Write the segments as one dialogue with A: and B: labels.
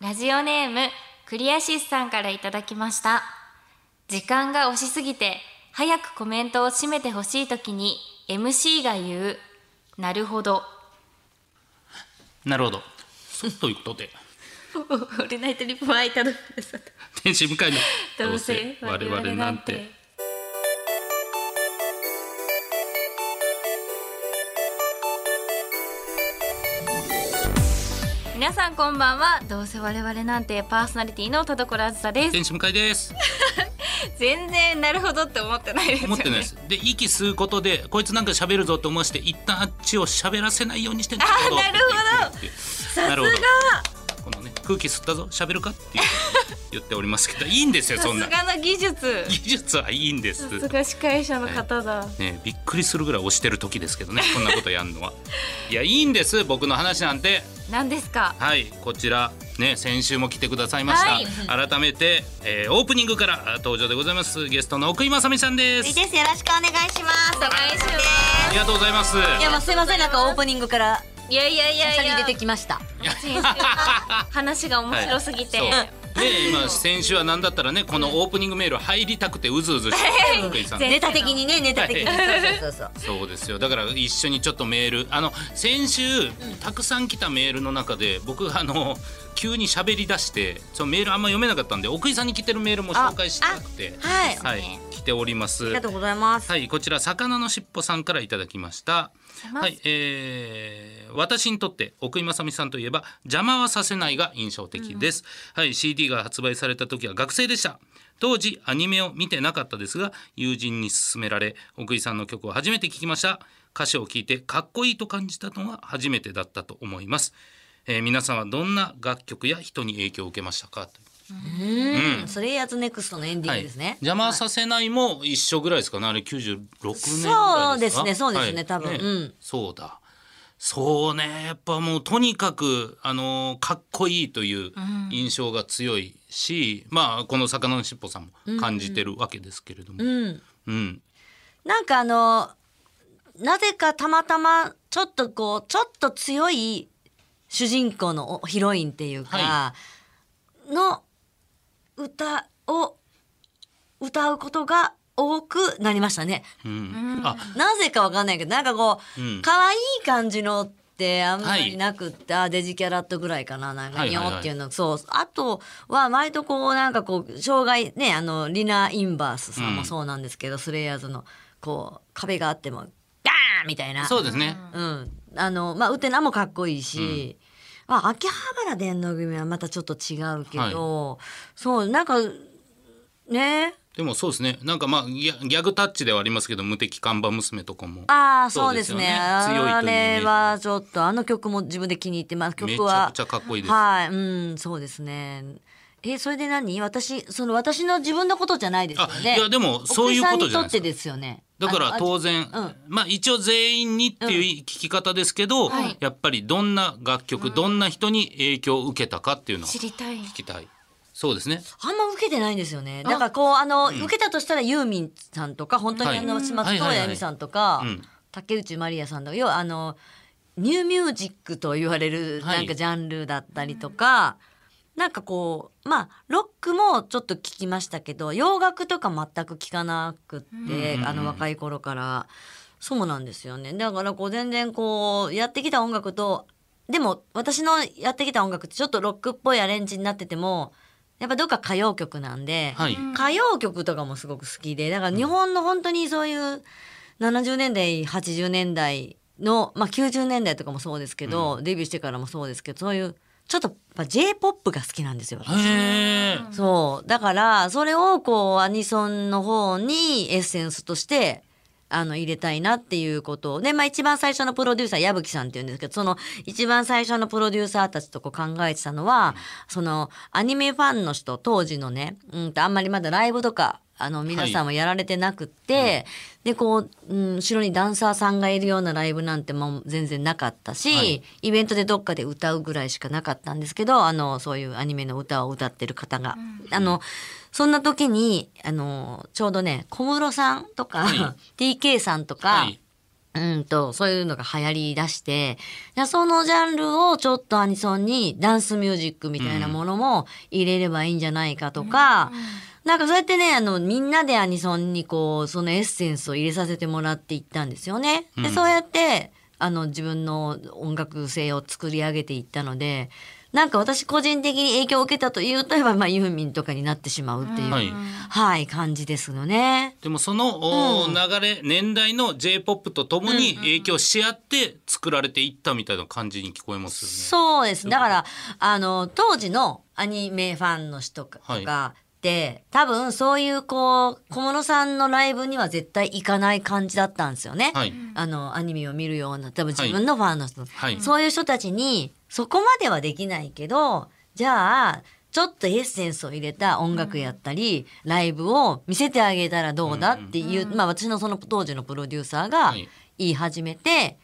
A: ラジオネームクリアシスさんからいただきました時間が押しすぎて早くコメントを締めてほしいときに MC が言うなるほど
B: なるほどそうということで
A: オールナイトリップはいただきました
B: 天使向かいの
A: どうせ我々なんて皆さんこんばんはどうせ我々なんてパーソナリティの田所あずさです
B: 天使向かいです
A: 全然なるほどって思ってないですよね
B: 思ってない ですで息吸うことでこいつなんか喋るぞと思わせて一旦あっちを喋らせないようにしてなる
A: あなるほど
B: って言っ
A: さ
B: て
A: す
B: な
A: が
B: るほどこのね空気吸ったぞ喋るかってい うふうに言っておりますけどいいんですよ
A: さ
B: そんな
A: すがの技術
B: 技術はいいんです
A: さすが司会者の方だ
B: ね、びっくりするぐらい押してる時ですけどねこんなことやる のはいやいいんです僕の話なんて
A: 何ですか
B: はいこちらね先週も来てくださいました、改めて、えーオープニングからあ登場でございますゲストの奥井正美さんです
C: いですよろしくお願いします
A: お願いしま
B: ありがとうございます
C: いやまあすいませんなんかオープニングから
A: いやいやいや
C: さ
A: い
C: に出
A: や
C: てきました
A: 先週の 話が面白すぎて、
B: はい そうで今先週は何だったらねこのオープニングメール入りたくてうずうずしてた奥井さん
A: 全
C: ネタ的にねネタ的に、そうそうそう
B: そうですよだから一緒にちょっとメールあの先週たくさん来たメールの中で僕があの急に喋り出してそのメールあんま読めなかったんで奥井さんに来てるメールも紹介したくて
C: そうはいあ
B: はい来ております
C: りがとうございます、
B: はいこちら魚のしっぽさんからいただきました
A: ます
B: はいえー私にとって奥井正美さんといえば邪魔はさせないが印象的です、はい CD が発売された時は学生でした当時アニメを見てなかったですが友人に勧められ奥井さんの曲を初めて聴きました歌詞を聴いてかっこいいと感じたのは初めてだったと思います、えー皆さんはどんな楽曲や人に影響を受けましたかという
C: うんそれやつネクストのエンディングですね、
B: はい、邪魔させないも一緒ぐらいですかねあれ96年ぐらいですか
C: そうですねそうですね
B: はい
C: 多分うん
B: そうだそうねやっぱもうとにかくあのーかっこいいという印象が強いし、まあこの魚のしっぽさんも感じてるわけですけれども、うん
C: うんなんかあのなぜかたまたまちょっとこうちょっと強い主人公のおヒロインっていうか、
B: は
C: の歌を歌うことが多くなりましたね。
B: うんあ
C: なぜかわかんないけどなんかこう
B: うん
C: 可愛、い感じのってあんま
B: はい
C: りなくって、あデジキャラットぐらいかななんか
B: はい
C: に
B: は
C: ょ
B: いはい
C: ーっていうの、そうあとは割とこうなんかこう障害ねあのリナ・インバースさんもそうなんですけど、スレイヤーズのこう壁があってもガーンみたいな
B: そうですね、
C: うん、あのまあウテナもかっこいいし、まあ秋葉原電脳組はまたちょっと違うけど、そうなんかね
B: でもそうですねなんかまあギャギャグタッチではありますけど無敵看板娘とかも
C: ああ
B: そ
C: そうう
B: で
C: ですす
B: よ
C: ね
B: ね強い
C: あ
B: というイメー
C: れ
B: ジ
C: はちょっとあの曲も自分で気に入ってます
B: めち
C: 曲
B: ゃ
C: は
B: くちゃかっこいいです
C: はいうんそうですねえそれで何私その私の自分のことじゃないですよね
B: あいやでもそういうことじゃないですか
C: 奥井さんにとってですよね
B: だか
C: あの
B: ら
C: あ
B: 当然
C: うん
B: まあ一応全員にっていう聞き方ですけど、
A: はい
B: やっぱりどんな楽曲、どんな人に影響を受けたかっていうのを
A: 知
B: 聞
A: りたい
B: きたいそうですね
C: あんま受けてないんですよね。だからこうあの、受けたとしたらユーミンさんとか本当にあの
B: はい
C: 松任谷由実さんとか、
B: はいはいうん
C: 竹内まりやさんとか要はあのニューミュージックと言われる
B: はい
C: なんかジャンルだったりとか、なんかこうまあロックもちょっと聞きましたけど洋楽とか全く聞かなくって、あの若い頃からそうなんですよね。だからこう全然こうやってきた音楽とでも私のやってきた音楽ってちょっとロックっぽいアレンジになっててもやっぱどっか歌謡曲なんで、
B: はい
C: 歌謡曲とかもすごく好きでだから日本の本当にそういう70年代80年代の、まあ、90年代とかもそうですけど、デビューしてからもそうですけどそういうちょっとやっぱ j p o p が好きなんですよ。
B: へえ
C: そうだからそれをこうアニソンの方にエッセンスとしてあの入れたいなっていうことをで、まあ、一番最初のプロデューサー矢吹さんっていうんですけどその一番最初のプロデューサーたちとこう考えてたのは、そのアニメファンの人当時のね、うんと、あんまりまだライブとかあの皆さんはやられてなくって、でこう、うん、後ろにダンサーさんがいるようなライブなんてもう全然なかったし、
B: はい
C: イベントでどっかで歌うぐらいしかなかったんですけどあのそういうアニメの歌を歌ってる方が、あのそんな時にあのちょうどね小室さんとか、
B: はい
C: TK さんとか、
B: はい
C: うんと、そういうのが流行り出して、でそのジャンルをちょっとアニソンにダンスミュージックみたいなものも入れればいいんじゃないかとか、なんかそうやってね、あの、みんなでアニソンにこう、そのエッセンスを入れさせてもらっていったんですよね。で、そうやって、あの、自分の音楽性を作り上げていったので、なんか私個人的に影響を受けたというと、やっぱまあユーミンとかになってしまうっていう、
B: は
C: はいい、感じですよね。
B: でもその、お流れ年代の j p o p とともに影響し合って作られていったみたいな感じに聞こえますよね。
C: そうですね。だから、あの、当時のアニメファンの人とか、
B: はい
C: とかって多分そういうこう小室さんのライブには絶対行かない感じだったんですよね、
B: はい
C: あのアニメを見るような多分自分のファンの人、
B: はい
C: そういう人たちにそこまではできないけどじゃあちょっとエッセンスを入れた音楽やったり、ライブを見せてあげたらどうだっていう、まあ私のその当時のプロデューサーが
B: はい
C: 言い始めて、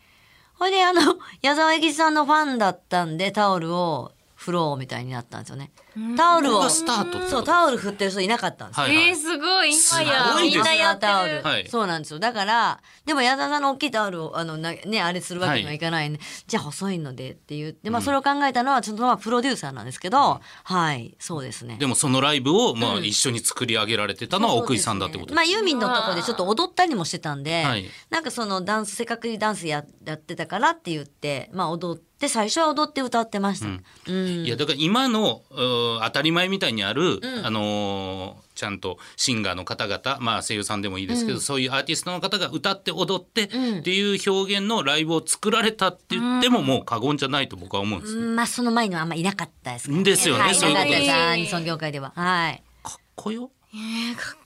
C: ほいであの 矢沢永吉さんのファンだったんでタオルを振ろうみたいになったんですよね。タオル
B: ここ
C: を
B: がスタートってこと
C: そうタオル振ってる人いなかったんですよ。
B: はいはい
A: えー、すごい今
B: す
A: や
B: ごいです
A: みんなやってる、
C: タオル、
B: はい
C: そうなんですよだからでも矢沢さんの大きいタオルをあのなねあれするわけにはいかないんで、じゃあ細いのでって言って、まあ、それを考えたのはちょっとまあプロデューサーなんですけど、はいそうですね。
B: でもそのライブをまあ一緒に作り上げられてたのは奥井さんだってこと
C: まあユーミンのとこでちょっと踊ったりもしてたんで、
B: はい
C: なんかそのダンスせっかくダンスややってたからって言ってまあ踊って最初は踊って歌ってました。うん
B: いやだから今のうー当たり前みたいにある、あのーちゃんとシンガーの方々、まあ、声優さんでもいいですけど、そういうアーティストの方が歌って踊ってっていう表現のライブを作られたって言ってももう過言じゃないと僕は思うんです、
C: まあその前にはあんまいなかったですからね。
B: ですよね
C: はい、
B: そういうこと
C: なかった
A: です
C: ですアニソン業界では。はい。
B: かっこよ
A: えー、かっ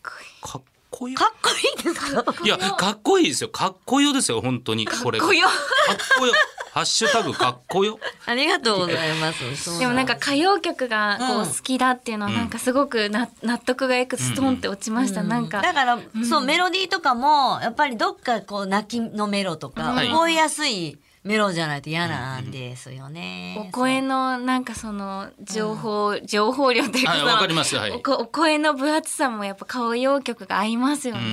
A: こ
B: かっこよ
C: かっこいいですか。
B: いやかっこいいですよかっこよですよ本当にこ
A: い
B: れ
A: いかっ
B: が
A: こよ
B: かっこよハッシュタグかっこよ
C: ありがとうございます。そう
A: でもなんか歌謡曲がこ
C: う
A: うん好きだっていうのはなんかすごくな納得がいくストンって落ちました、なんか、
C: だから、そうメロディーとかもやっぱりどっかこう泣きのメロとか、
B: はい
C: 覚えやすいメロじゃないと嫌なんですよね。
A: お声のなんかその情報、情報量というか
B: はい
A: さ
B: わかりますはい
A: おこお声の分厚さもやっぱ歌謡曲が合いますよね
B: う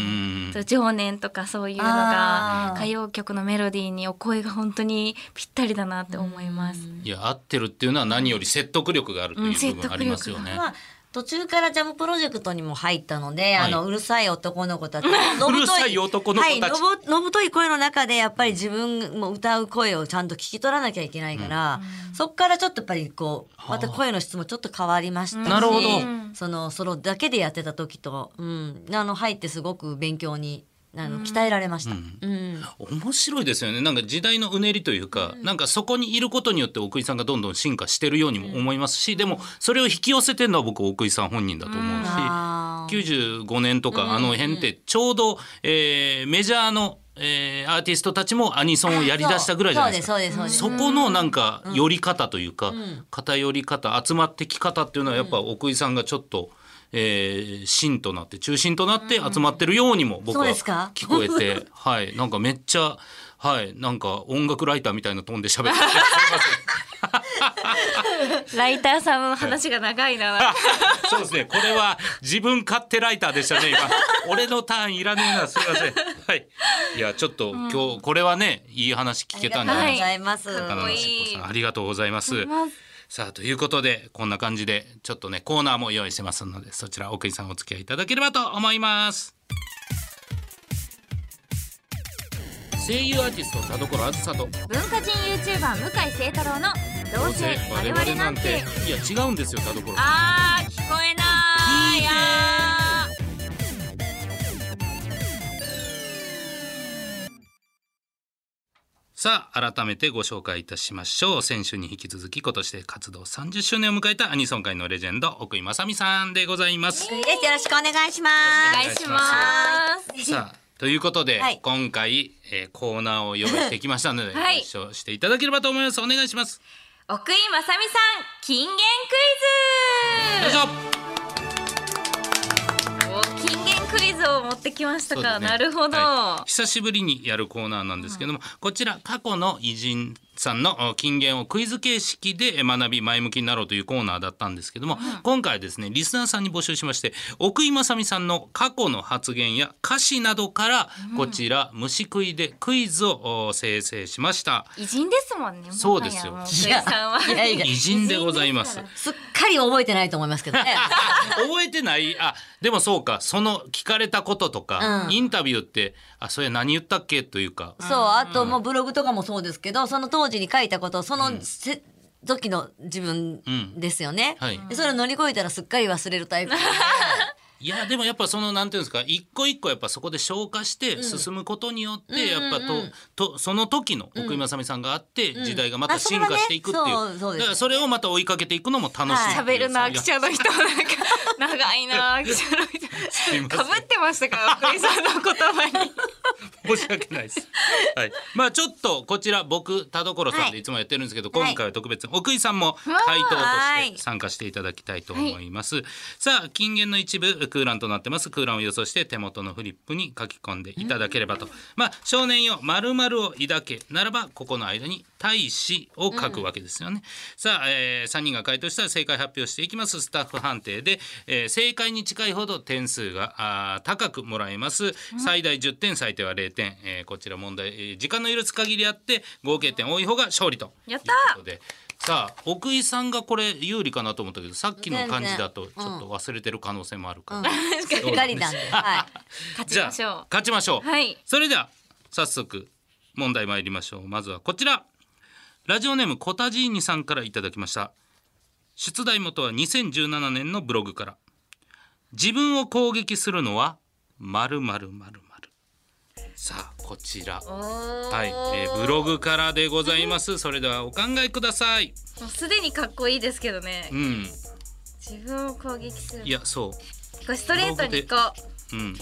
B: ん
A: そう情念とかそういうの
C: あ
A: が
C: ー
A: 歌謡曲のメロディーにお声が本当にぴったりだなって思います、
B: いや合ってるっていうのは何より説得力があるという部分ありますよね、
C: まあ途中からジャムプロジェクトにも入ったので、あ
B: は
C: の
B: いう
C: るさい男の子たち、
B: うるさい男の子たち
C: はい、のぶのぶとい声の中でやっぱり自分も歌う声をちゃんと聞き取らなきゃいけないから、そこからちょっとやっぱりこうまた声の質もちょっと変わりましたし、
B: なるほど
C: そのソロだけでやってた時と、うん、あの入ってすごく勉強にあの鍛えられました。うん
B: 面白いですよねなんか時代のうねりというか、なんかそこにいることによって奥井さんがどんどん進化してるようにも思いますし、でもそれを引き寄せてるのは僕奥井さん本人だと思うし、
C: あー
B: 95年とかあの辺ってちょうど、えーメジャーの、えーアーティストたちもアニソンをやりだしたぐらいじゃないですか
C: そう。ですそうですそう
B: そ
C: です。
B: このなんか寄り方というか、偏り方集まってき方っていうのはやっぱ奥井さんがちょっと、えー芯となって中心となって集まってるようにも僕
C: そう
B: は
C: ですか
B: 聞こえ て、はいなんかめっちゃはいなんか音楽ライターみたいなトーンで喋 ってて
A: ライターさんの話が長いな、
B: そうですねこれは自分勝手ライターでしたね今俺のターンいらねえなすいませんはいいやちょっと今日これはねいい話聞けたんじゃ
C: あ
B: ない
C: り
B: ですか
A: か
C: がとうございます。
A: っこいい
B: 高野のしっぽさんありがとうございます
A: ます。
B: さあということでこんな感じでちょっとねコーナーも用意してますのでそちら奥井さんお付き合いいただければと思います声優アーティスト田所あずさと
A: 文化人 YouTuber 向井聖太郎の「どうせ我々なんて
B: いや違うんですよ田所」
A: あー聞こえないあー
B: さあ改めてご紹介いたしましょう先週に引き続き今年で活動30周年を迎えたアニソン界のレジェンド奥井正美さんでございます
C: です。よろしくお願いしま
A: お
C: す。
A: 願いします
B: さあということで、
C: はい
B: 今回、えーコーナーを用意してきましたの で、
A: はい
B: ご一緒していただければと思いますお願いします
A: 奥井まさみさん金言
B: よいしょ
A: クイズお金言クイズを持っってきました
B: そうで
A: か、
B: すね
A: なるほど、
B: はい久しぶりにやるコーナーなんですけども、こちら過去の偉人さんのお金言をクイズ形式で学び前向きになろうというコーナーだったんですけども、今回はですねリスナーさんに募集しまして奥井正美さんの過去の発言や歌詞などからこちら虫食いでクイズをお生成しました。
A: 偉人ですもんね
B: そうですよ
A: もはやもう福井さんはい
C: やいやいや
B: 偉人でございます
A: 偉人です
C: っかり覚えてないと思いますけどね。
B: 覚えてないあでもそうかその聞かれたこととか、
C: うん
B: インタビューってあそれ何言ったっけというか
C: そう、あともうブログとかもそうですけど、その当時に書いたこと、そのせ、時の自分ですよね、
B: はい
C: でそれを乗り越えたらすっかり忘れるタイ プ。
B: いやでもやっぱそのなんていうんですか一個一個やっぱそこで消化して進むことによって、やっぱと,、とその時の奥井正美さんがあって、時代がまた進化していくっていう,、
C: あそれはねそうそうですね
B: だからそれをまた追いかけていくのも楽しい
C: は
B: って
A: 喋
B: いう
A: るな記者の人なんか長いな記者の人
B: いません
A: かぶってましたから福井さんの言葉 に
B: 申し訳ないです。はい。まあちょっとこちら僕田所さん
C: は
B: で
C: い
B: いつもやってるんですけど、
C: はい
B: 今回は特別に奥井さんも回答として参加していただきたいと思います。さあ金言の一部空欄となってます。空欄を予想して手元のフリップに書き込んでいただければと。まあ少年よまるを抱けならばここの間に大使を書くわけですよね。さあ、え3人が回答したら正解発表していきます。スタッフ判定で、えー正解に近いほど点数があー高くもらえます。最大10点最低は0点、えーこちら問題、えー時間の許す限りあって合計点多い方が勝利という
A: やっ
B: こ
A: た
B: とで。さあ奥井さんがこれ有利かなと思ったけどさっきの感じだとちょっと忘れてる可能性もあるから、
C: すっかりなんで。はい。
A: 勝
B: じ
A: ち
B: ゃあ
A: ましょう
B: 勝ちましょう、
A: はい
B: それでは早速問題参りましょうまずはこちらラジオネームコタジーニさんからいただきました出題元は2017年のブログから自分を攻撃するのは〇〇〇〇さあこちらはい、えーブログからでございますそれではお考えください
A: もうすでにかっこいいですけどね
B: うん
A: 自分を攻撃する
B: いやそ
A: これストレートに行こう
B: ううん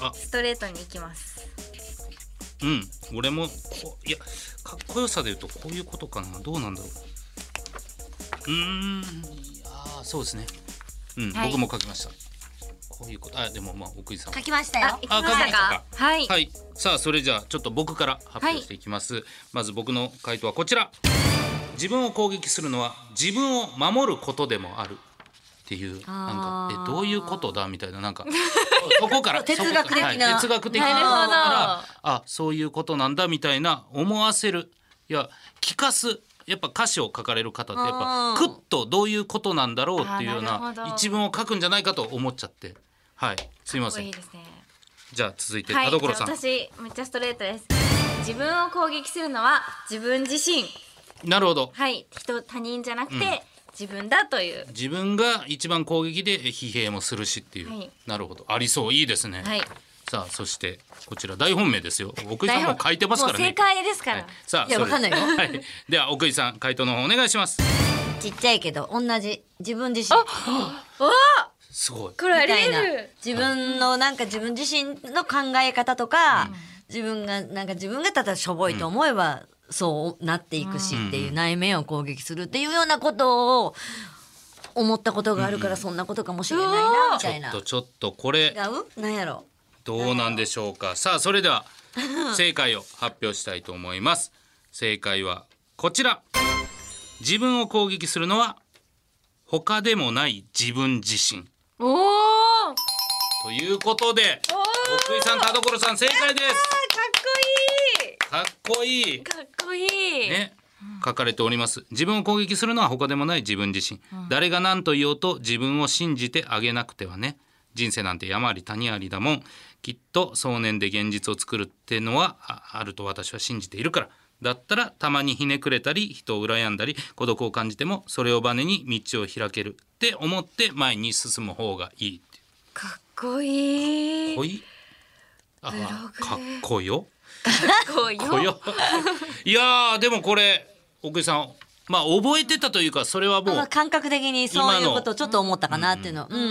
B: あ
A: ストレートに行きます
B: うん、俺もこいやかっこよさで言うとこういうことかなどうなんだろううーんあーそうですねうん、
A: はい
B: 僕も書きましたこういうことあでもまあ奥井さんは
C: 書きました
A: あ
C: よ
A: 行。き
B: あ
A: ましたか
B: 書きました
A: はい
B: はいさあそれじゃあちょっと僕から発表していきます、まず僕の回答はこちら自分を攻撃するのは自分を守ることでもあるっていうなんか
C: あー
B: えどういうことだみたいなな んかそこから
C: 哲学的な
B: そこからはい哲学的な
A: なるほど
B: あそういうことなんだみたいな思わせるいや聞かすやっぱ歌詞を書かれる方ってやっぱ
C: うん
B: クッとどういうことなんだろうっていうよう
A: あーな
B: な
A: るほど
B: 一文を書くんじゃないかと思っちゃってはいすいま
A: これ
B: せ
A: い
B: ん
A: いですね
B: じゃあ続いて
A: は
B: 田
A: いじゃ
B: 所
A: あ
B: さん、
A: 私めっちゃストレートです自分を攻撃するのは自分自身
B: なるほど
A: はい人他人じゃなくて自分だという
B: 自分が一番攻撃で疲弊もするしっていう、
A: はい
B: なるほどありそういいですね、
A: はい
B: さあそしてこちら大本命ですよ奥井さん
A: 台
B: も
A: 本
B: 書いてますから
A: も
B: ね
A: う正解ですから、
B: はい、さあ
C: いや
B: それ
C: わかんないよ
B: はい、では奥井さん回答の方お願いします
C: ちっちゃいけど同じ自分自身み
A: お
B: すごい
A: これあり
C: たい
A: え
C: な
A: る。
C: 自分のなんか自分自身の考え方とか、自分がなんか自分がただしょぼいと思えばそうなっていくしっていう内面を攻撃するっていうようなことを思ったことがあるからそんなことかもしれないなみ
B: ちょ
C: たい
B: っ
C: な。違
B: とちょっとこれ
C: う？なんやろ。
B: どうなんでしょうかさあそれ では正解を発表したいと思います正解はこちら自分を攻撃するのは他でもない自分自身
A: おおー。
B: ということで奥井さん田所さん正解です
A: かっこいい。
B: かっこいい
A: かっこいい。
B: ね書かれております自分を攻撃するのは他でもない自分自身、誰が何と言おうと自分を信じてあげなくてはね人生なんて山あり谷ありだもんきっと壮年で現実を作るってのはああると私は信じているからだったらたまにひねくれたり人を羨んだり孤独を感じてもそれをバネに道を開けるって思って前に進む方がいいって
A: かっこいい。
B: こいあかっこよ
A: こいい。
B: こよいやーでもこれ奥井さんまあ覚えてたというかそれはも
C: まあ
B: う
C: 感覚的にそうい
B: 今
C: う
B: の
C: ことをちょっと思ったかなっていうの。うんうんう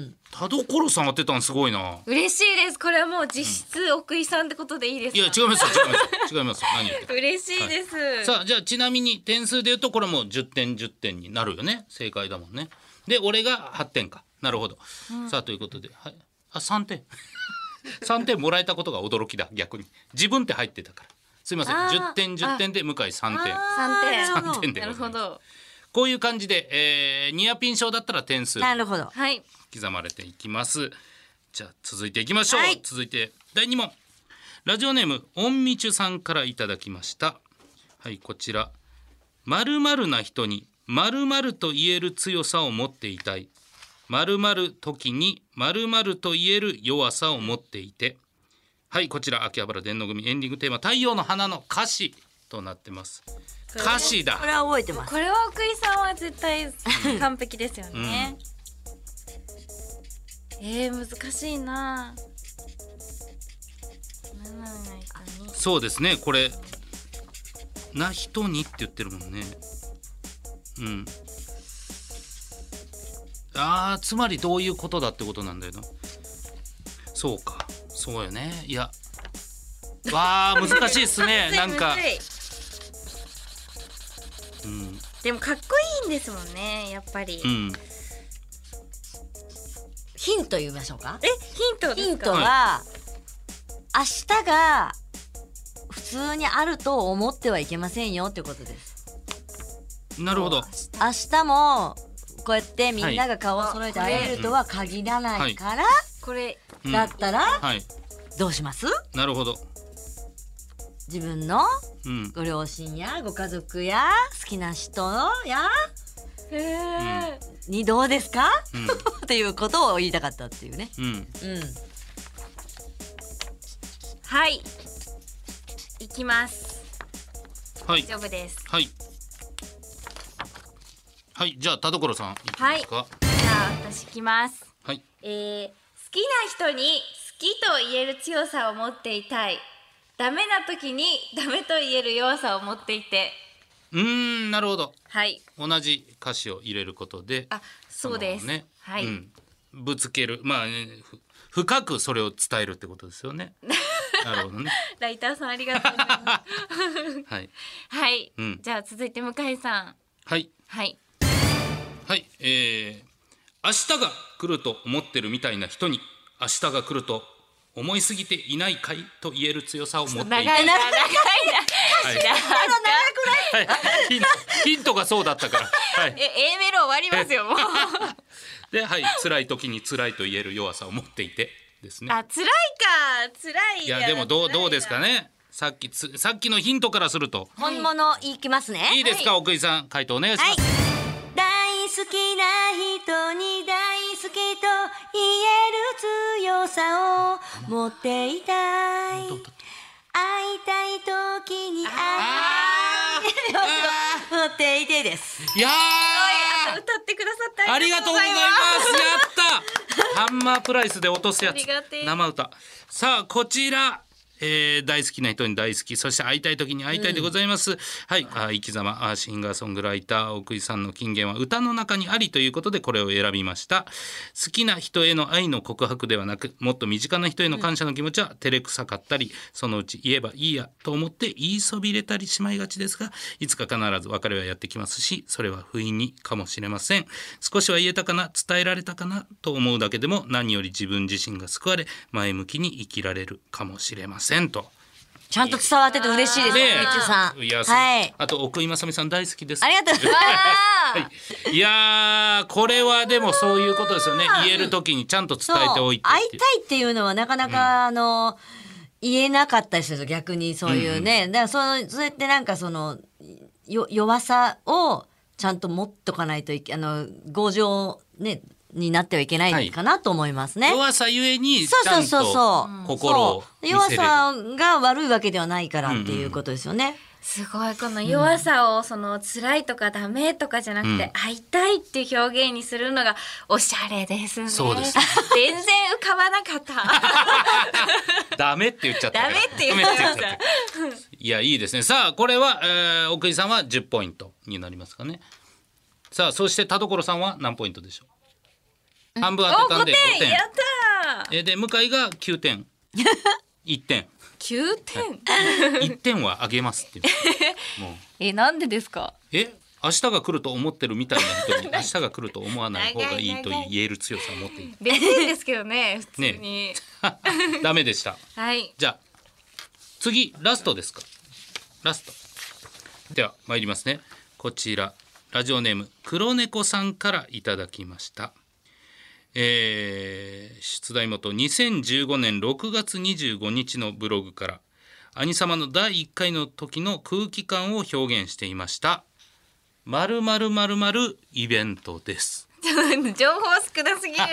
C: ん。
B: 田所さん当てたんすごいな
A: 嬉しいです。これはもう実質奥井さんってことでいいです
B: いや
A: か。
B: 違いますよ違いますよ違いますよ何言って
A: 嬉しいです。
B: さあじゃあちなみに点数で言うとこれもう10点10点になるよね正解だもんねで俺が8点かなるほど、さあということではい あ3点3点もらえたことが驚きだ逆に自分って入ってたからすいません
A: あー
B: 10点10点で向井3点
A: 三
C: なるほ
B: 点
C: ど
B: で
A: な
B: ご
A: るほ
B: ざいます
A: ど。
B: こういう感じで、えーニアピン賞だったら点数
C: なるほど
A: はい。
B: 刻まれていきますじゃあ続いていきましょう、
C: はい
B: 続いて第2問ラジオネームおんみちゅさんからいただきましたはいこちらまるまるな人にまるまると言える強さを持っていたいまるまる時にまるまると言える弱さを持っていてはいこちら秋葉原電の組エンディングテーマ太陽の花の歌詞となってます歌詞だ
C: これは覚えてます
A: これは奥井さんは絶対完璧ですよね。えー、難しいな。ななな人に
B: そうですねこれ「な人に」って言ってるもんねうんあーつまりどういうことだってことなんだよなそうかそうよねいやわー難しいっす ねなんか
A: むずいむず
B: うん、
A: いでもかっこいいんですもんねやっぱり、
B: う
A: え
B: ん、
C: ヒント言いましょうか
A: ヒントで
C: ヒ
A: す
C: ント
A: か
C: は明日が普通にあると思ってはいけませんよってことです
B: なるほど
C: 明日もこうやってみんなが顔を揃えて
A: はい
C: 会えるとは限らないから、
A: これ
B: うん
C: だったら
B: はい
C: どうします
B: なるほど
C: 自分の
B: うん
C: ご両親やご家族や好きな人や
A: へえ
C: にどうですか
B: うん
C: っていうことを言いたかったっていうね
B: うん
C: うん
A: はいいきます
B: はい
A: 大丈夫です
B: はいはいじゃあ田所さんいきますか
A: じゃあ私いきます
B: はい
A: えー、好きな人に好きと言える強さを持っていたいダメな時にダメと言える弱さを持っていて
B: うーんなるほど
A: はい
B: 同じ歌詞を入れることで
A: あそうです、
B: のね、
A: はい、
B: うんぶつけるまあ、ねふ深くそれを伝えるってことです よねなるほどね
A: ライターさんありがとうございます
B: はい
A: はい、
B: うん
A: じゃあ続いて向井さん
B: はい
A: はい
B: はいえー、明日が来ると思ってるみたいな人に明日が来ると思いすぎていないかいと言える強さを持っていた
A: 長いな長いな
B: はい
A: 長い
B: はい、ヒントヒントがそうだったから、はい、
A: え A メロ終わりますよもう
B: で、はい、辛い時に辛いと言える弱さを持っていてですね
A: あ辛いか辛い
B: いやでもどう
A: 辛いな
B: どうですかねさっきつさっきのヒントからすると
C: 本物いきますね
B: いいですか、奥井さん回答お願いします、
C: 大好きな人に大好きと言える強さを持っていたい会いたい時に
B: あー
C: 会い持っていてです
B: いや
A: あ歌ってくださって
B: ーありがとうございますやったハンマープライスで落とすや
A: あ
B: つ
A: りがてえ
B: 生歌さあこちらえー大好きな人に大好きそして会いたい時に会いたいでございます、はいあー生き様あーシンガーソングライター奥井さんの金言は歌の中にありということでこれを選びました好きな人への愛の告白ではなくもっと身近な人への感謝の気持ちは照れくさかったりそのうち言えばいいやと思って言いそびれたりしまいがちですがいつか必ず別れはやってきますしそれは不意にかもしれません少しは言えたかな伝えられたかなと思うだけでも何より自分自身が救われ前向きに生きられるかもしれませんと。
C: ちゃんと伝わってて嬉しいです
B: ね
C: ね
B: え
C: みちゅさん
B: いや、
C: はい
B: あと奥井正美さん大好きです
C: あ。りがとうございま す
B: いやーこれはでもそういうことですよね言える時にちゃんと伝えておいて
C: 会い
B: って
C: た
B: い
C: いうっていうのはなかなか、あの言えなかったりすると逆にそういうね、だからそのそうやってなんかそのよ弱さをちゃんと持っとかないといけあの強情ねになってはいけな
B: はい
C: いかなと思いますね。
B: 弱さゆえにち
C: そう
B: ゃ
C: そうんそう
B: と
C: そう。
B: 心を
C: そう
B: 見せれる
C: 弱さが悪いわけではないからっていうことですよね。
A: すごいこの弱さをその辛いとかダメとかじゃなく
B: うん
A: て会いたいっていう表現にするのがおしゃれですね。
B: そうです
A: 全然浮かばなか った。
B: ダメって言っちゃった
A: ダ
B: から
A: メって言いま
B: ダメ
A: し
B: って言っちゃ
A: た
B: っ。たいやいいですねさあこれは、えー奥井さんは10ポイントになりますかねさあそして田所さんは何ポイントでしょう半分当て
A: お
B: たん
A: 五
B: で
A: 点
B: 5
A: や
B: 点
A: った。
B: えーで向井が9点1点
A: 九点。
B: 1点はあげますっていうもう
A: えなんでですか。
B: え明日が来ると思ってるみたいな人に明日が来ると思わない方がいい
A: 長い
B: と
A: 長い
B: 言える強さを持っている
A: 別にですけどね普通に、
B: ダメでした
A: はい
B: じゃあ次ラストですかラストでは参りますねこちらラジオネーム黒猫さんからいただきましたえー出題元2015年6月25日のブログから兄様の第1回の時の空気感を表現していました〇〇〇〇イベントです
A: ちょっと情報少なすぎる
C: ね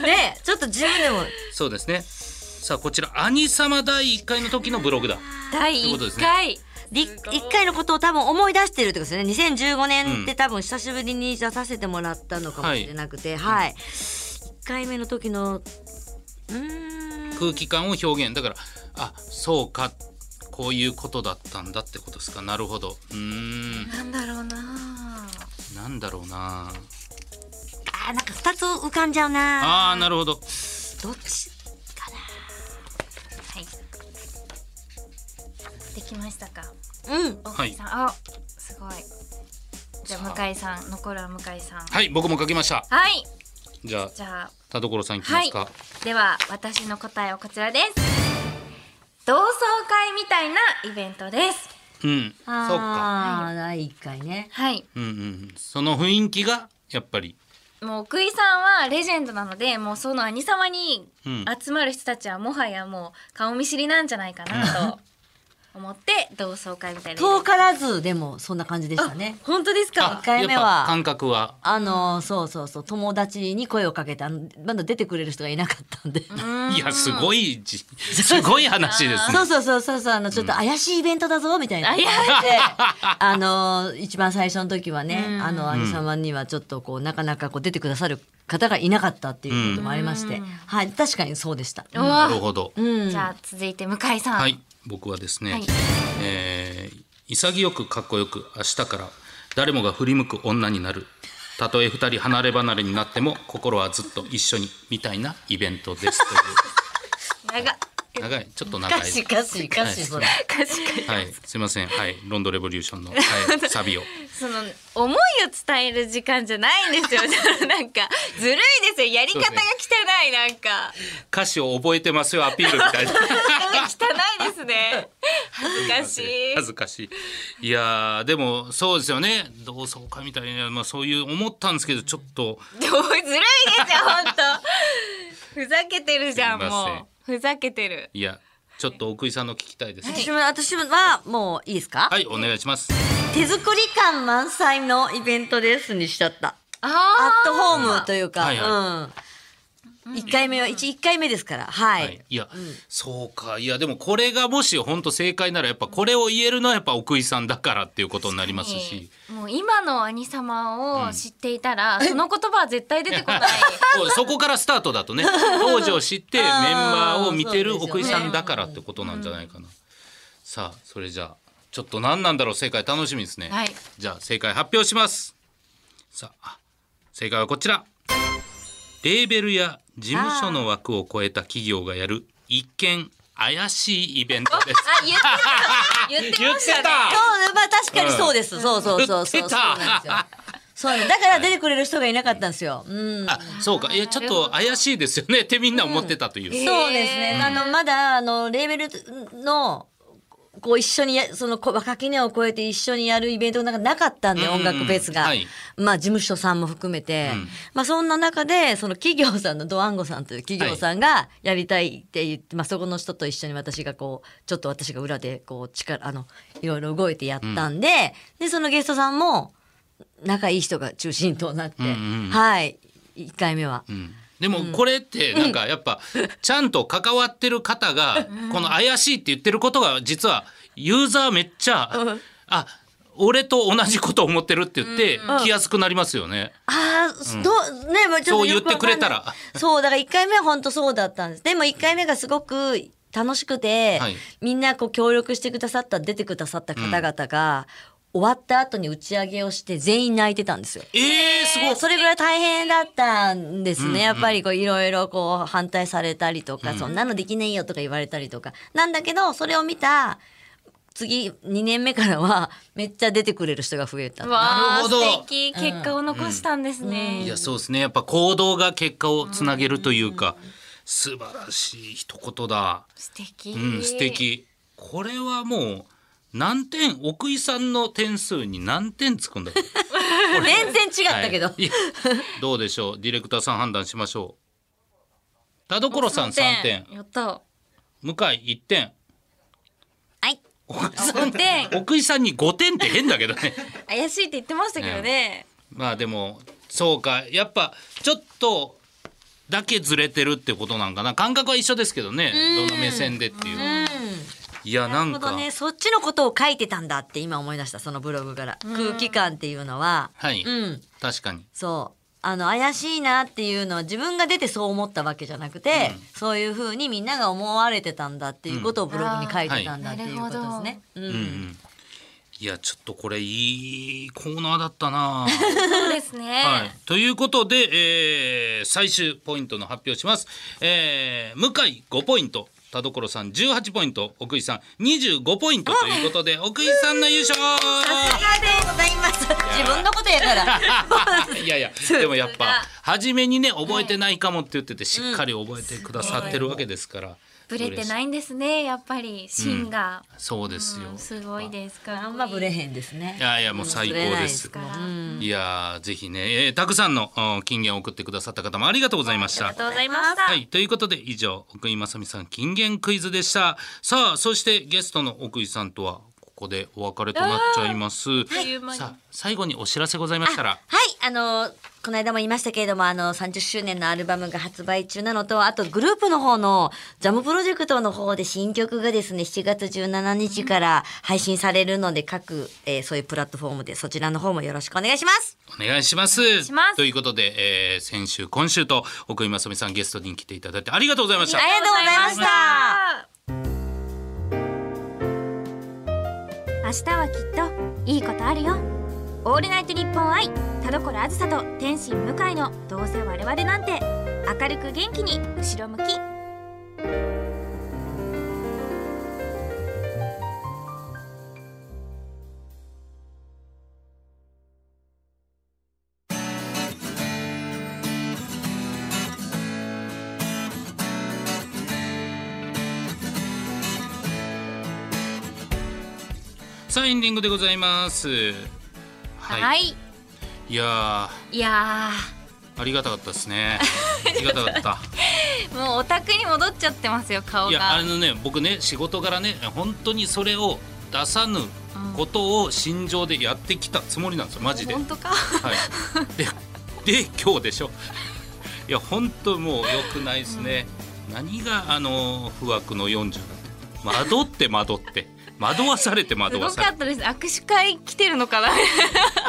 C: えねえちょっと自分でも
B: そうですねさあこちら兄様第1回の時のブログだ
A: 第
B: ということで
A: 1
B: すね
A: 回
C: り
A: すごい
C: 一回のことを多分思い出してるってことですよね2015年って多分久しぶりに出させてもらったのかもしれなくて、はい一回目の時のうーん
B: 空気感を表現だからあそうかこういうことだったんだってことですかなるほどうーん
A: なんだろうな
B: なんだろうな
C: あーなんか二つ浮かんじゃうな
B: あーなるほど
C: どっちか
A: はいできましたか
C: なうん
A: 大
B: はい
A: 木さん、あすごいじゃ
B: さ
A: あ
B: あ
A: 向井さん残るは向井さんはい、
B: はい僕も書きましたじゃあ
A: じゃあ
B: 田所さんいきますか、
A: はでは私の答えはこちらです同窓会みたいなイベントです
B: うんそうか
C: ああ第一回ね
A: はい
B: うんうんうんその雰囲気がやっぱり
A: もう奥井さんはレジェンドなのでもうその兄様に
B: うん
A: 集まる人たちはもはやもう顔見知りなんじゃないかなと思って同窓会みたいなイベント
C: 遠からずでもそんな感じでしたね
A: 本当です
B: あ
A: か
C: 一回目は
B: やっぱ感覚は
C: あのそうそうそう友達に声をかけたまだ出てくれる人がいなかっ たんで
B: いやすごいじすごい話ですね
C: そうそうそうそうそうあのちょっと怪しいイベントだぞみたいな。
A: 怪しい
C: あの一番最初の時はね、あの兄様にはちょっとこうなかなかこう出てくださる方がいなかったっていうこともありまして、はい確かにそうでした。
A: う
B: な
A: わ
B: るほど
C: うん。
A: じゃあ続いて向井さん、
B: はい、僕はですね、
A: はい
B: えー潔くかっこよく明日から誰もが振り向く女になるたとえ二人離れ離れになっても心はずっと一緒にみたいなイベントですとい
A: 長っ
B: う長いちょっと長い
C: かしかしかしそれ。
B: はいすいませんはいロンドレボリューションの、はい、サビを
A: その思いを伝える時間じゃないん ですよそのなんかずるいですよやり方が汚いなんか
B: 歌詞を覚えてますよアピールみたいな
A: 汚いですね恥ずかしい
B: 恥ずかしいいやーでもそうですよね同窓会みたいな、まあ、そういう思ったんですけどちょっと
A: どうずるいですよ本当ふざけてるじゃん
B: すいません
A: もうふざけてる
B: いやちょっと奥井さんの聞きたいですね
C: 私も私はもういいですか、
B: はいお願いします
C: 手作り感満載のイベントですにしちゃった。ア
A: あ
C: ットホームというか、
B: はい
C: うん。一回目は一一回目ですから、はい。
B: はい、いや、そうかいやでもこれがもし本当正解ならやっぱこれを言えるのはやっぱ奥井さんだからっていうことになりますし。
A: もう今の兄様を知っていたら、その言葉は絶対出てこ ない
B: そうそこからスタートだ とね当時を知ってメンバーを見てる
C: そうですよ
B: 奥
C: ね
B: 井さんだからってことなんじゃないかな、さあそれじゃあちょっと何なんだろう正解楽しみですね、
A: はい
B: じゃあ正解発表しますさあ正解はこちらレーベルや事務所の枠を超えた企業がやる一見怪しいイベントです
A: あ言ってた言ってましたね
C: そう、まあ確かにそうです。そうそうそうそ
B: 売
C: う。
B: ってた
C: そうなんですよ。そうなんだから出てくれる人がいなかったんですよ。う ん。
B: あ、そうか。いや、ちょっと怪しいですよね。ってみんな思ってたという。
C: そうですね。あの、まだ、あの、レーベルの、こう一緒にや、その、こ若き根を超えて一緒にやるイベントがなかったんで、
B: うん
C: 音楽フェスが。
B: はい
C: まあ、事務所さんも含めて。まあ、そんな中で、その企業さんの、ドワンゴさんという企業さんが、やりたいって言って、まあ、そこの人と一緒に私がこう、ちょっと私が裏で、こう、力、あの、いろいろ動いてやったんで、で、そのゲストさんも、仲いい人が中心となって、
B: んうん
C: はい、1回目は。
B: うんでもこれってなんかやっぱちゃんと関わってる方がこの怪しいって言ってることが実はユーザーめっちゃあ俺と同じこと思ってるって言って来やすくなりますよね。
C: ああ、どう、ね、もうち
B: そ
C: ょっと
B: う言
C: よ
B: っ
C: くわ
B: てく
C: か
B: れ
C: んな
B: た
C: い
B: ら。
C: そう、だから1回目は本当そうだったんです。でも1回目がすごく楽しくて、
B: はい
C: みんなこう協力してくださった、出てくださった方々が、終わった後に打ち上げをして全員泣いてたんですよ。
B: えー、すごい。
C: それぐらい大変だったんですね。やっぱりこういろいろこう反対されたりとか、そんなのできねえよとか言われたりとか。なんだけど、それを見た次2年目からはめっちゃ出てくれる人が増えた。
B: な
A: わ
B: る
A: あ
B: ほ
A: 素
B: ど
A: 敵結果を残したんですね、
B: いやそうですねやっぱ行動が結果をつなげるというか素晴らしい一言だ
A: 素敵、
B: うん素敵これはもう何点奥井さんの点数に何点つくんだろう
C: 全然違ったけど。
B: はいいやどうでしょうディレクターさん判断しましょう田所さん3点
A: やった
B: 向井1点
C: はい。
B: 奥井さん
A: 5点
B: 奥井さんに5点って変だけどね
A: 怪しいって言ってましたけどね、
B: まあでもそうかやっぱちょっとだけずれてるってことなんかな感覚は一緒ですけどねどの目線でっていういやな
C: なる
B: ん
C: ほど
B: か
C: ね、そっちのことを書いてたんだって今思い出した、そのブログから。空気感っていうのは。
B: はい
C: うん。
B: 確かに
C: そう。あの怪しいなっていうのは自分が出てそう思ったわけじゃなくて、そういうふうにみんなが思われてたんだっていうことをブログに書いてたんだっていうことですね。うん
B: うんいやちょっとこれいいコーナーだったな
A: そうですね、
B: はい、ということで、えー最終ポイントの発表します、えー向井5ポイント田所さん18ポイント奥井さん25ポイントということで奥井さんの優勝
C: さすがでございます。自分のこと やから。
B: いやいやでもやっぱ初めにね覚えてないかもって言っててしっかり覚えてくださってるわけですから、
A: ブレて
B: い
A: ないんですねやっぱり芯が、
B: そうですよ、
A: うんすごいですか
C: あんまブレ
A: い
C: へんですね
B: い。やいやもう最高です
C: ブレ
A: から、
B: いやーぜひね、えーたくさんのうん金言を送ってくださった方もありがとうございまし
A: ありが
B: た
A: とうございました、
B: はい、ということで以上奥井正美さん金言クイズでしたさあそしてゲストの奥井さんとはここでお別れとなっちゃいます、
A: いう間に
B: さあ最後にお知らせございましたら
C: はい、あのこの間も言いましたけれども、あの、30周年のアルバムが発売中なのと、あとグループの方の、ジャムプロジェクトの方で新曲がですね、7月17日から配信されるので、各、えーそういうプラットフォームで、そちらの方もよろしくお願いします。
B: お願いします
A: します
B: ということで、えー先週今週と奥井正美さんゲストに来ていただいてありがとうございました
C: ありがとうございました。
A: 明日はきっといいことあるよオールナイトニッポン愛田所あずさと天心向井のどうせ我々なんて明るく元気に後ろ向き
B: さあエンディングでございますはい、、
A: はいい
B: や
A: いや
B: ーありがたかったですねありがたかった
A: ーもうオタクに戻っちゃってますよ顔
B: いやあ
A: が
B: れのね僕ね仕事柄ね本当にそれを出さぬことを心情でやってきたつもりなんですよマジで。はい
A: 本、当か
B: でで今日でしょ。いや本当もう良くないですね。何があの不惑の40だって惑って惑って惑わされて
A: す
B: 惑
A: ご
B: わされ
A: か
B: て
A: ったです握手会来てるのか な
B: い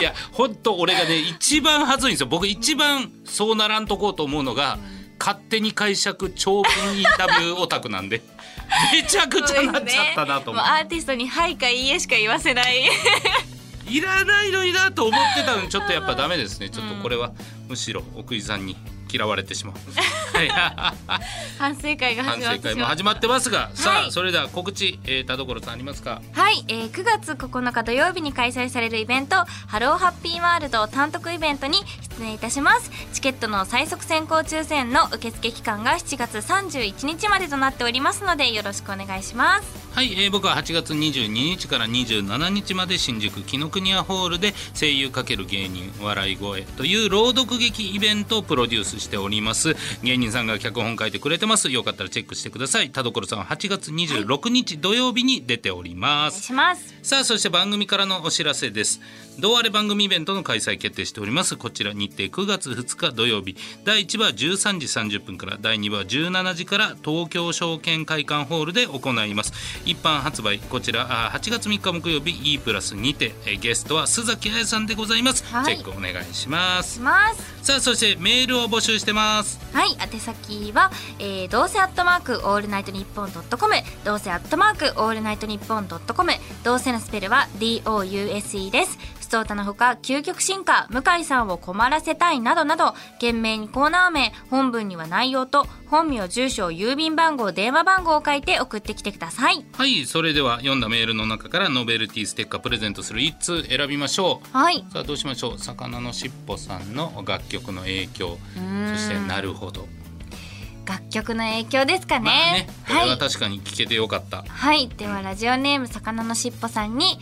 B: や本当俺がね一番恥ずいんですよ僕一番そうならんとこうと思うのが勝手に解釈長文インタビューオタクなんで めちゃくちゃなっちゃったなと
A: もう
B: 思
A: ア
B: う
A: ーティストに「はい」か「いいえ」しか言わせない
B: いらないのになと思ってたのにちょっとやっぱダメですねちょっとこれはむしろ奥井さんに嫌われてしまう はい
A: 反省会が始
B: 反
A: まっ
B: 省
A: て
B: 会
A: し
B: も
A: まう
B: 始まってますがさ
A: は
B: あ
A: い
B: それでは告知えー田所さんありますか
A: はい、えー9月9日土曜日に開催されるイベント「ハローハッピーワールド」単独イベントに出演いたしますチケットの最速先行抽選の受付期間が7月31日までとなっておりますのでよろしくお願いします
B: はい、えー僕は8月22日から27日まで新宿紀ノ国屋ホールで声優×芸人笑い声という朗読劇イベントをプロデュースしております芸人さんが脚本書いてくれてますよかったらチェックしてください田所さんは8月26日土曜日に出ておりま
A: お願い
B: す、
A: します
B: さあそして番組からのお知らせですどうあれ番組イベントの開催決定しておりますこちら日程9月2日土曜日第1部は13時30分から第2部は17時から東京証券会館ホールで行います一般発売こちらあ8月3日木曜日 E プラスにてえゲストは須崎彩さんでございます、
A: はい
B: チェックお願いします
A: します
B: さあそしてメールを募集してます
A: はい宛先は、えーどうせアットマークオールナイトニッポンドットコムどうせアットマークオールナイトニッポンドットコムどうせのスペルは DOUSE ですス通歌のほか究極進化向井さんを困らせたいなどなど懸命にコーナー名本文には内容と本名住所郵便番号電話番号を書いて送ってきてください
B: はいそれでは読んだメールの中からノベルティステッカープレゼントする1通選びましょ
A: はい、
B: うさあどうしましょう魚のしっぽさんの楽曲の影響
A: ん
B: そしてなるほど
A: 楽曲の影響ですかね,、
B: まあねこれ
A: は、
B: はい確かに聞けてよかった、
A: はい、ではラジオネーム魚のしっぽさんに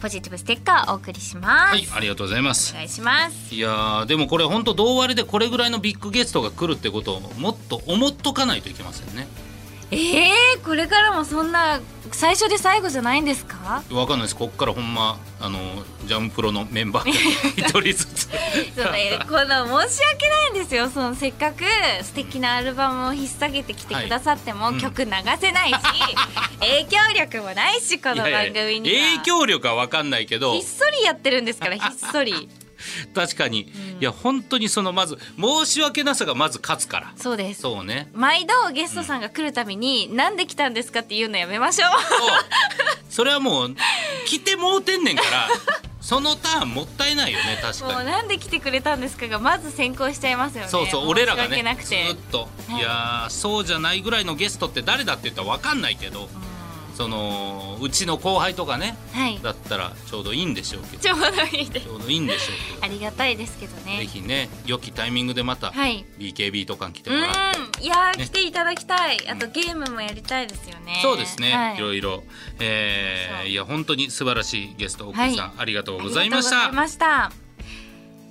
A: ポジティブステッカーお送りします、
B: はい、ありがとうございます
A: お。願いします
B: いやーでもこれ本当同割れでこれぐらいのビッグゲストが来るってことをもっと思っとかないといけませんね。
A: えー、これからもそんな最初で最後じゃないんですか
B: わかんないです。こっからほんまあのジャンプロのメンバー一人ずつ。
A: それこの申し訳ないんですよそのせっかく素敵なアルバムを引っ提げてきてくださっても、
B: いうん
A: 曲流せ ないし影響力もないしこの
B: いや
A: 番
B: いや
A: 組には
B: 影響力はわかんないけど
A: ひっそりやってるんです からひっそり
B: 確かに、いや本当にそのまず申し訳なさがまず勝つから。
A: そうです
B: そうね。
A: 毎度ゲストさんが来るたびに、なんで来たんですかって言うのやめま しょう
B: そうそれはもう来てもうてんねんから。そのターンもったいないよね確
A: も
B: か
A: う
B: に。
A: なんで来てくれたんですかがまず先行しちゃいますよね
B: そうそう、俺らが
A: 申し訳
B: ね
A: なく
B: ず
A: て
B: ーっと、
A: はい
B: い、やーそうじゃないぐらいのゲストって誰だって言ったら分かんないけど、そのうちの後輩とかね
A: うんはい
B: だったらちょうどいいんでしょうけど
A: ちょうどいいです
B: ちょうどいいんでしょうけ
A: ありがたいですけど
B: ど
A: ね
B: ぜひね良きタイミングでまた
A: はい
B: BKB とかに来て
A: う
B: もらって、
A: んいやー、
B: ね
A: 来ていただきたいあとゲームもやりたいですよね
B: そうですね、
A: はい
B: い、ろいろ、え
A: そう
B: ー、いや本当に素晴らしいゲスト奥井さん、
A: は
B: ありがとう
A: あ
B: ご
A: り
B: ざい
A: がとうご
B: まし
A: ざ
B: た
A: いましたは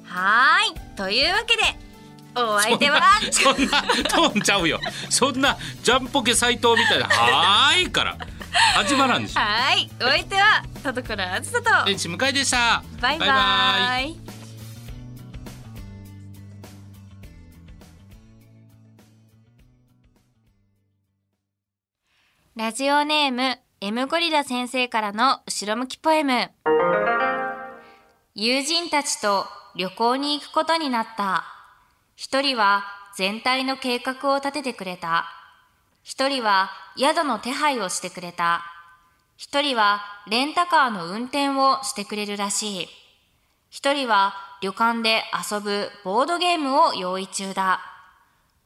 A: ーいというわけでお相手は
B: そんなトーンちゃうよそんなジャンポケ斎藤みたいな「はーい」から始まらんでしょ
A: はーいお相手は田所あずさと
B: 天使向井でした
A: バイバーイラジオネーム M ゴリラ先生からの後ろ向きポエム友人たちと旅行に行くことになった一人は全体の計画を立ててくれた一人は宿の手配をしてくれた一人はレンタカーの運転をしてくれるらしい。一人は旅館で遊ぶボードゲームを用意中だ。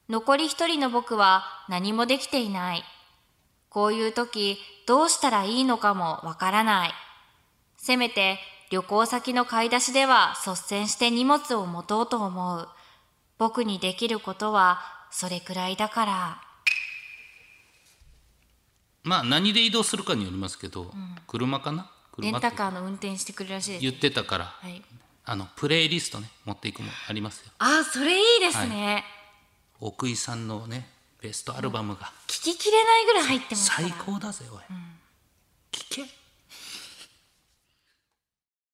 A: 残り一人の僕は何もできていない。こういう時どうしたらいいのかもわからない。せめて旅行先の買い出しでは率先して荷物を持とうと思う。僕にできることはそれくらいだから。
B: まあ何で移動するかによりますけど、車かな
A: レ
B: 車
A: ン
B: って
A: タカーの運転してくれるらしいです。
B: 言ってたから、
A: はい
B: あのプレイリストね持っていくもんありますよ
A: あそれいいですね、
B: 奥井さんのねベストアルバムが
A: 聞ききれないぐらい入ってますから
B: 最高だぜおい、